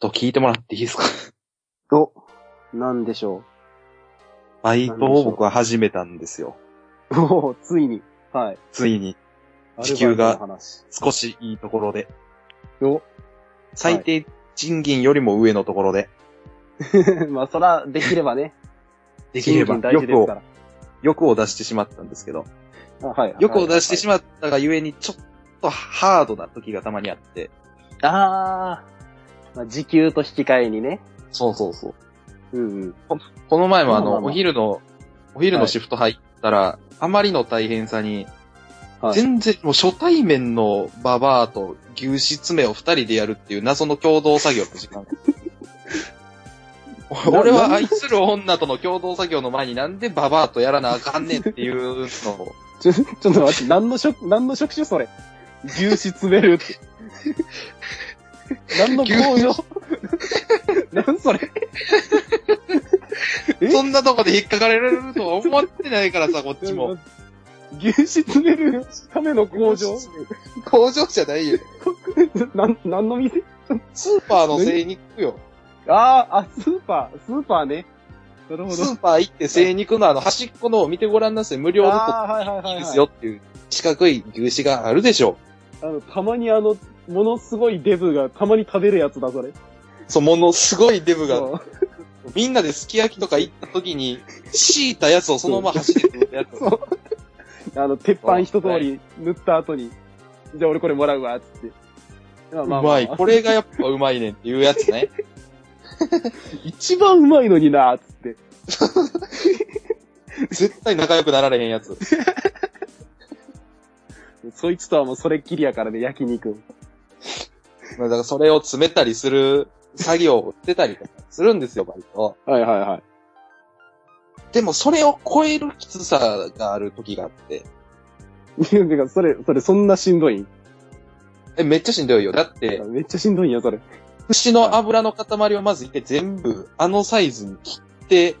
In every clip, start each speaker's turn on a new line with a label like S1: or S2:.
S1: と聞いてもらっていいですか
S2: お、なんでしょ
S1: バイトを僕は始めたんですよ。
S2: う。 おーついに。はい。
S1: ついに、時給が
S2: アルバイトの話。
S1: 少しいいところで、
S2: お、
S1: 最低賃金よりも上のところで、
S2: まあ、そら、できればね。
S1: できれば
S2: 賃金大事で
S1: 欲
S2: す
S1: を
S2: か、
S1: 欲を出してしまったんですけど、
S2: ら。あはい。
S1: 欲を出してし
S2: ま
S1: まったがゆえに、ちょっとハードな時がたまにあって、
S2: う。あーまあ、時給と引き換えにね。
S1: そうそうそう。
S2: うんうん。
S1: この前もあ
S2: まあま
S1: の、
S2: あまあ
S1: お昼の、お昼のシフト入ったら、あまりの大変さに、
S2: はい。
S1: 全然もう初対面のババアと牛脂詰めを二人でやるっていう謎の共同作業の時 間。俺は愛する女との共同作業の前になんでババアとやらなあかんねんっていうのを、
S2: ちょ、ちょっと待って、何の職、何の職種それ。牛脂詰め るって。何の行為の 何それえ
S1: そんなとこで引っかかれるとは思ってないからさ、こっちも。
S2: 牛脂詰めるための 工場
S1: 工場じゃないよ。
S2: なん、 何の店
S1: スーパーの精肉よ。
S2: ああ、あ、スーパー、スーパーね。なるほ
S1: ス
S2: ど。
S1: ーパー行って精肉のあの端っこのを見てごらんなさい。無料で取っ
S2: あーはいはい
S1: い
S2: はい
S1: い
S2: は
S1: で
S2: い
S1: すよっていう四角い牛脂があるでしょ
S2: あの、たまにあの、ものすごいデブがたまに食べるやつだ、それ。
S1: う。そう、ものすごいデブが、
S2: そう
S1: みんなですき焼きとか行った時に、敷いたやつをそのまま走ってくるやつ。
S2: そうあの、鉄板一通り塗った後に、じゃあ俺これもらうわ、つって。まあ
S1: うまい。これがやっぱうまいねんっていうやつね。
S2: 一番うまいのにな、つって。
S1: 絶対仲良くなられへんやつ。
S2: そいつとはもうそれっきりやからね、焼肉。
S1: まあだからそれを詰めたりする作業をしてたりとかするんですよ、バイト。
S2: はいはいはい。
S1: でもそれを超えるきつさがある時があって。
S2: てか、それ、それそんなしんどいん
S1: え、めっちゃしんどいよ。だって、
S2: めっちゃしんどいんや、それ。
S1: 牛の油の塊をまずいて全部あのサイズに切って、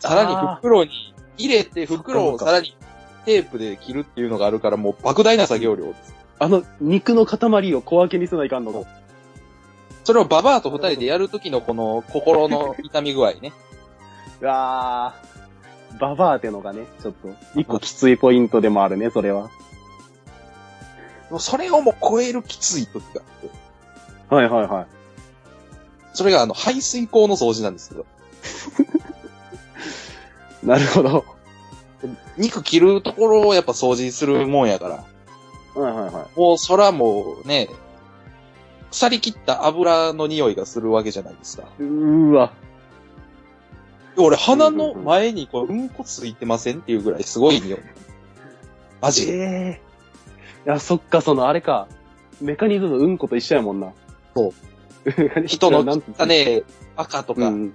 S1: さらに袋に入れて、袋をさらにテープで切るっていうのがあるから、もう莫大な作業量です。
S2: あの、肉の塊を小分けにせないかんのか。
S1: それをババアと二人でやるときのこの心の痛み具合ね。
S2: うわー、ババアってのがね、ちょっと、一個きついポイントでもあるね、それは。
S1: もうそれをもう超えるきつい時があって。
S2: はいはいはい。
S1: それがあの、排水口の掃除なんですけど。
S2: なるほど。
S1: 肉切るところをやっぱ掃除するもんやから。
S2: はいはいは
S1: もうそらもうね、腐り切った油の匂いがするわけじゃないですか。
S2: い。うーわ。
S1: 俺、鼻の前にこう、うんこついてませんっていうぐらいすごい匂い。マジで。
S2: ええいや、そっか、その、あれか。メカニズムうんこと一緒やもんな。。
S1: そう 人の汚ねえ赤と
S2: う
S1: か、
S2: ん。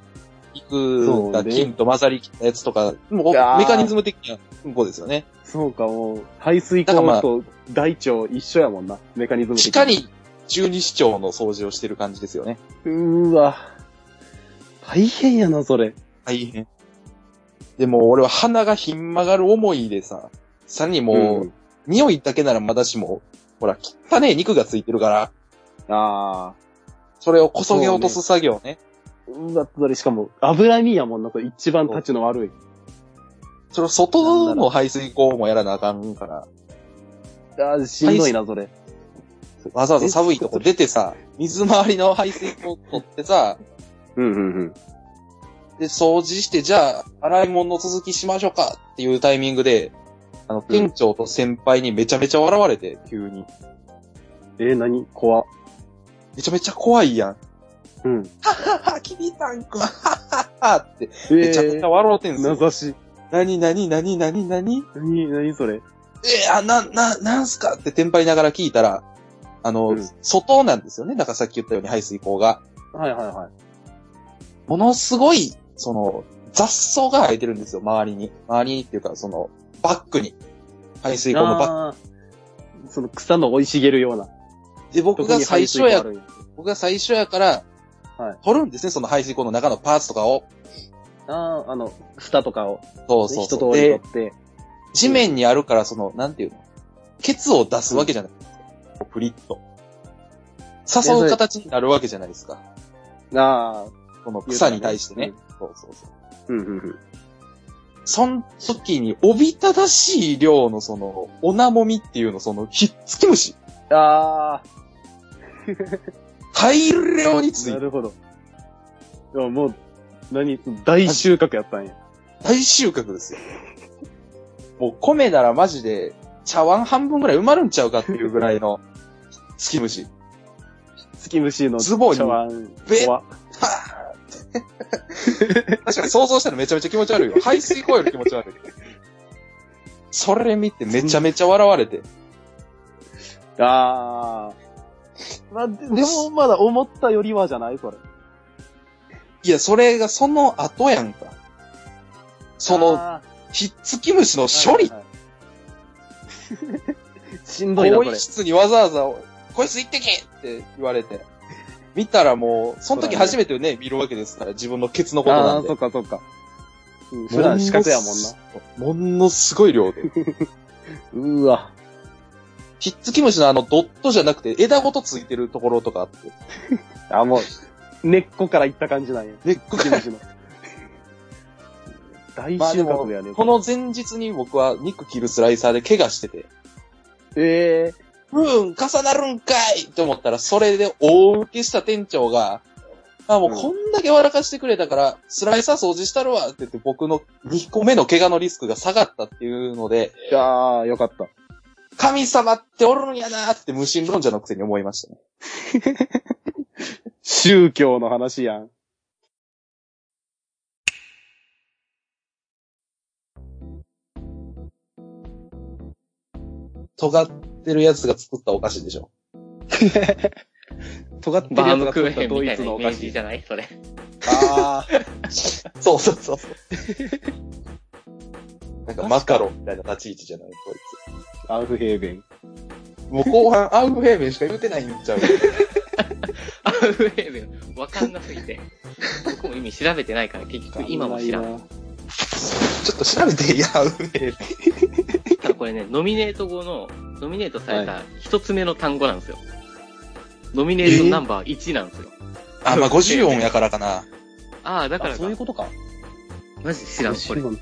S1: 肉が金と混ざりきったやつとか、もう
S2: いやー
S1: メカニズム的にはうんこですよね。
S2: そうか、もう、排水口
S1: だからまあ
S2: と大腸一緒やもんな。メカニズム的
S1: 地下。に十二指腸の掃除をしてる感じですよね。
S2: うーわ。大変やな、それ。
S1: 大変。でも俺は鼻がひん曲がる思いでさ、さらにもう、
S2: ん
S1: 匂いだけならまだしも、ほら、汚ねえ肉がついてるから、
S2: ああ。
S1: それをこそげ落とす作業ね。
S2: うわ、それしかも、油身やもんな、それ一番立ちの悪い。
S1: それを外の排水口もやらなあかんから。
S2: ああ、しんどいな、それ。
S1: わざわざ寒いとこ出てさ、水回りの排水口取ってさ、
S2: うんうんうん。
S1: で、掃除して、じゃあ、洗い物の続きしましょうかっていうタイミングで、あの、店長と先輩にめちゃめちゃ笑われて、急に。
S2: えー、何怖。
S1: めちゃめちゃ怖いや ん。
S2: うん。
S1: はは、きびたんくん、ははは って、
S2: え
S1: めちゃめちゃ笑うてんす
S2: 名
S1: よ。
S2: 指し。
S1: なになになになになに
S2: 何、何それ。
S1: えーあ、な、な、なんすかってテンパりながら聞いたら、あの、
S2: うん
S1: 外なんですよね。だからさっき言ったように排水口が。
S2: はいはいはい。
S1: ものすごい、その、雑草が生えてるんですよ、周りに。周りにっていうか、その、バックに。排水口のバッ
S2: あーその草の生い茂るような。
S1: ク。で、僕が最初や
S2: とこ、に排水口あるん
S1: 僕が最初やから、
S2: はい
S1: 取るんですね、その排水口の中のパーツとかを。
S2: あー、あの、蓋とかを、
S1: そうそう
S2: 一
S1: そう
S2: 通。り取
S1: で、
S2: って。
S1: 地面にあるから、その、なんていうのケツを出すわけじゃないですか。プリッと。
S2: そ
S1: 誘
S2: れ
S1: う形になるわけじゃないですか。
S2: ああ。
S1: この草に対してね。そうそうそう。
S2: うんうんうん。
S1: その時に、おびただしい量のその、おなもみっていうの、その、ひっつき虫。
S2: ああ。
S1: 大量につい
S2: な
S1: て、
S2: るほど。いや、もう、何、大収穫やったんや。
S1: 大収穫ですよ。もう米ならマジで、茶碗半分ぐらい埋まるんちゃうかっていうぐらいの、ひっつき虫。
S2: 月虫の
S1: ズボンに
S2: 茶碗。
S1: べ
S2: 怖
S1: はぁって確かに想像したらめちゃめちゃ気持ち悪いよ。排水口より気持ち悪い。それ見てめちゃめちゃ笑われて。
S2: ああ。まあ、ででも、まだ思ったよりはじゃないそれ。
S1: いや、それがその後やんか。その、
S2: あ
S1: ひっつき虫の
S2: ー、
S1: 処理
S2: はいはいはいしんどいな、
S1: 更
S2: こ
S1: 衣
S2: れ。
S1: 室にわざわざ、こいつ行ってけって言われて。見たらもう、その時初めてね、見るわけですから、自分のケツのこと
S2: あ
S1: な
S2: あ
S1: ん
S2: ー、
S1: で
S2: そ。っかそっか。うん普段死活やもんな。
S1: ものすごい量で。
S2: うーわ。
S1: ひっつき虫のあのドットじゃなくて、枝ごとついてるところとかあって。
S2: あ、もう、根っこからいった感じなんや。
S1: で、
S2: 月虫の。 大
S1: まあで
S2: 収
S1: も
S2: 穫やね。、
S1: この前日に僕は肉切るスライサーで怪我してて、
S2: ええ
S1: うん、重なるんかいって思ったら、それで大受けした店長が、あ、もう
S2: うん
S1: こんだけ笑かしてくれたから、スライサー掃除したるわって言って、僕の2個目の怪我のリスクが下がったっていうので、
S2: ー。ああ、よかった。
S1: 神様っておるんやなーって無心論者のくせに思いましたね。
S2: 宗教の話やん。
S1: 尖ってるやつが作ったお菓子でしょ。
S2: 尖ってる
S3: バー
S2: やつ
S3: ム
S2: が
S3: ク
S2: 作
S3: ー
S2: っ
S3: ヘ
S2: た
S3: ン
S2: ド
S3: みた
S2: イツのお菓
S3: いなイメージ
S2: 子
S3: じ。ゃないそれ。
S1: ああ。そうそうそうそう。なんかマカロンみたいな立ち位置じゃないこいつ。
S2: アウフヘーベン。
S1: もう後半、アウフヘーベンしか言うてないんちゃう
S3: アウェーベン、わかんなすぎて。僕も意味調べてないから、結局今も知らん。
S2: ん。
S1: ちょっと調べていや、アウフヘーベン。
S3: ただこれね、ノミネート後の、ノミネートされた一つ目の単語なんですよ。ノミネートナンバー1なんですよ。
S1: あ、まあ、50音やからかな。
S3: ああ、だから
S2: あ、
S3: か
S2: そういうことか。
S3: マジ知らん、これ。
S2: そうなんだ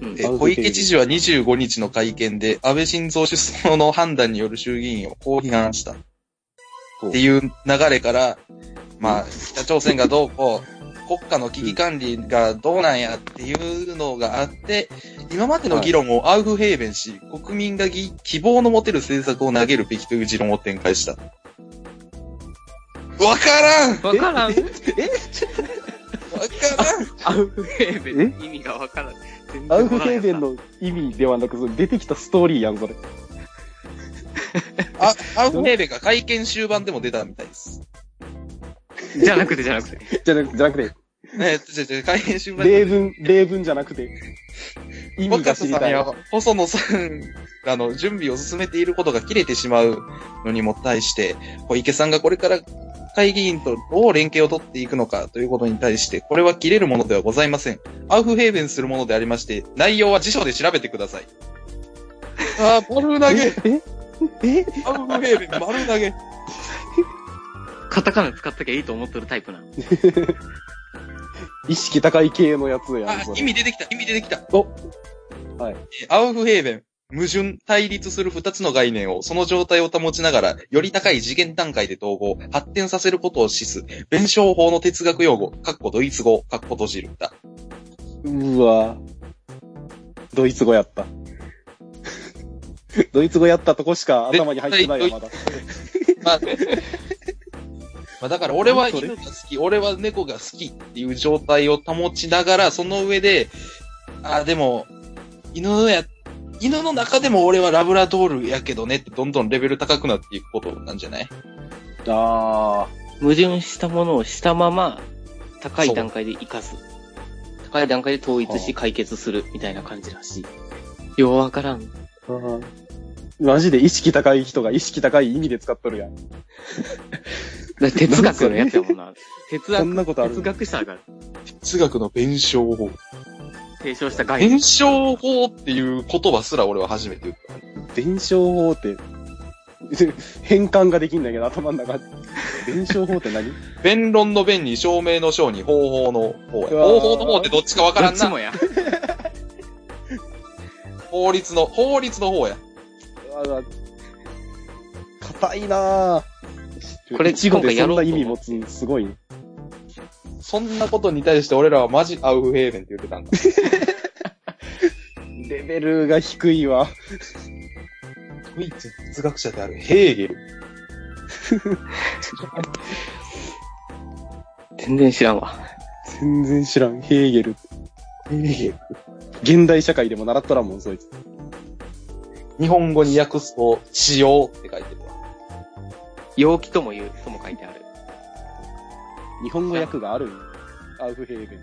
S3: うん
S1: え小池知事は25日の会見で、安倍晋三首相の判断による衆議院をこう批判した。っていう流れから、まあ、北朝鮮がどうこう、国家の危機管理がどうなんやっていうのがあって、今までの議論をアウフヘーベンし、国民がぎ希望の持てる政策を投げるべきという持論を展開した。わからんわ
S3: わからん。
S1: からん
S3: アウフヘーベンの意味がわからん。全然
S2: アウフヘーベン
S3: わ
S2: の意味ではなく、その出てきたストーリーやん、それ。
S1: あ、アウフヘーベンが会見終盤でも出たみたいです。
S3: からんやつだじゃなくて、じゃなくて。
S2: じゃなくじゃなくて、
S1: えっと、じゃあじゃあ会見終盤
S2: 例文、例文じゃなくて、意味が
S1: 若
S2: 知
S1: 狭
S2: り
S1: さん
S2: たい。
S1: や細野さんがあの準備を進めていることが切れてしまうのにも対して、小池さんがこれから会議員とどう連携を取っていくのかということに対して、これは切れるものではございません。アウフヘーベンするものでありまして、内容は辞書で調べてください。あー、丸投げ
S2: えええ
S1: アウフヘーベン丸投げ
S3: カタカナ使っときゃいいと思っとるタイプな。
S2: 意識高い系のやつやん、
S1: あ
S2: そ、れ。
S1: 意味出てきた、意味出てきた。
S2: おはい
S1: えーアウフヘーベン、矛盾、対立する二つの概念を、その状態を保ちながら、より高い次元段階で統合、発展させることを指す、弁証法の哲学用語、かっこドイツ語、かっこ閉じるだ。
S2: うわドイツ語やった。 ドイツ語やったとこしか頭に入ってないよ、まだ。
S1: まあ、 まあだから俺は
S2: それ
S1: 犬が好き、俺は猫が好きっていう状態を保ちながら、その上で、あ、でも、犬のや、犬の中でも俺はラブラドールやけどねってどんどんレベル高くなっていくことなんじゃない
S2: あ
S3: 矛盾したものをしたまま、高い段階で生かす。高い段階で統一し解決するみたいな感じらしい。ようわからん。
S2: ー。マジで意識高い人が意識高い意味で使っとるやん。
S3: だから哲学のやつやもんな。哲
S2: そ
S3: 学、
S2: んなことあ
S3: 哲
S2: る
S3: 学者が
S1: 哲学の弁証法。
S3: 提唱した概念。
S1: 弁証法っていう言葉すら俺は初めて言った。
S2: 伝承法って、 変換ができんだけど、頭の中で。弁証法って何
S1: 弁論の弁に証明の証に方法の方や。
S2: うわー
S1: 方法の方ってどっちかわか
S3: ど
S1: ら
S3: っ
S1: ん
S3: ち
S1: な。
S3: もや。
S1: 法律の、法律の方や。
S2: うわうわ硬いなぁ。
S3: これ
S2: 一語で
S3: 今回や
S2: そん
S3: ろう
S2: な
S3: と
S2: 意
S3: 思って
S2: 味持つのすごいね。
S1: そんなことに対して俺らはマジアウフヘーベンって言ってたんだ。
S2: レベルが低いわ。
S1: 唯一哲学者であるヘーゲル。
S3: 全然知らんわ。
S2: 全然知らん。ヘーゲル。
S1: ヘーゲル。
S2: 現代社会でも習っとらんもん、そいつ。
S1: 日本語に訳すと、使用って書いてるわ。
S3: 陽気とも言う、とも書いてある。
S2: 日本語訳があるんアウフヘーベン。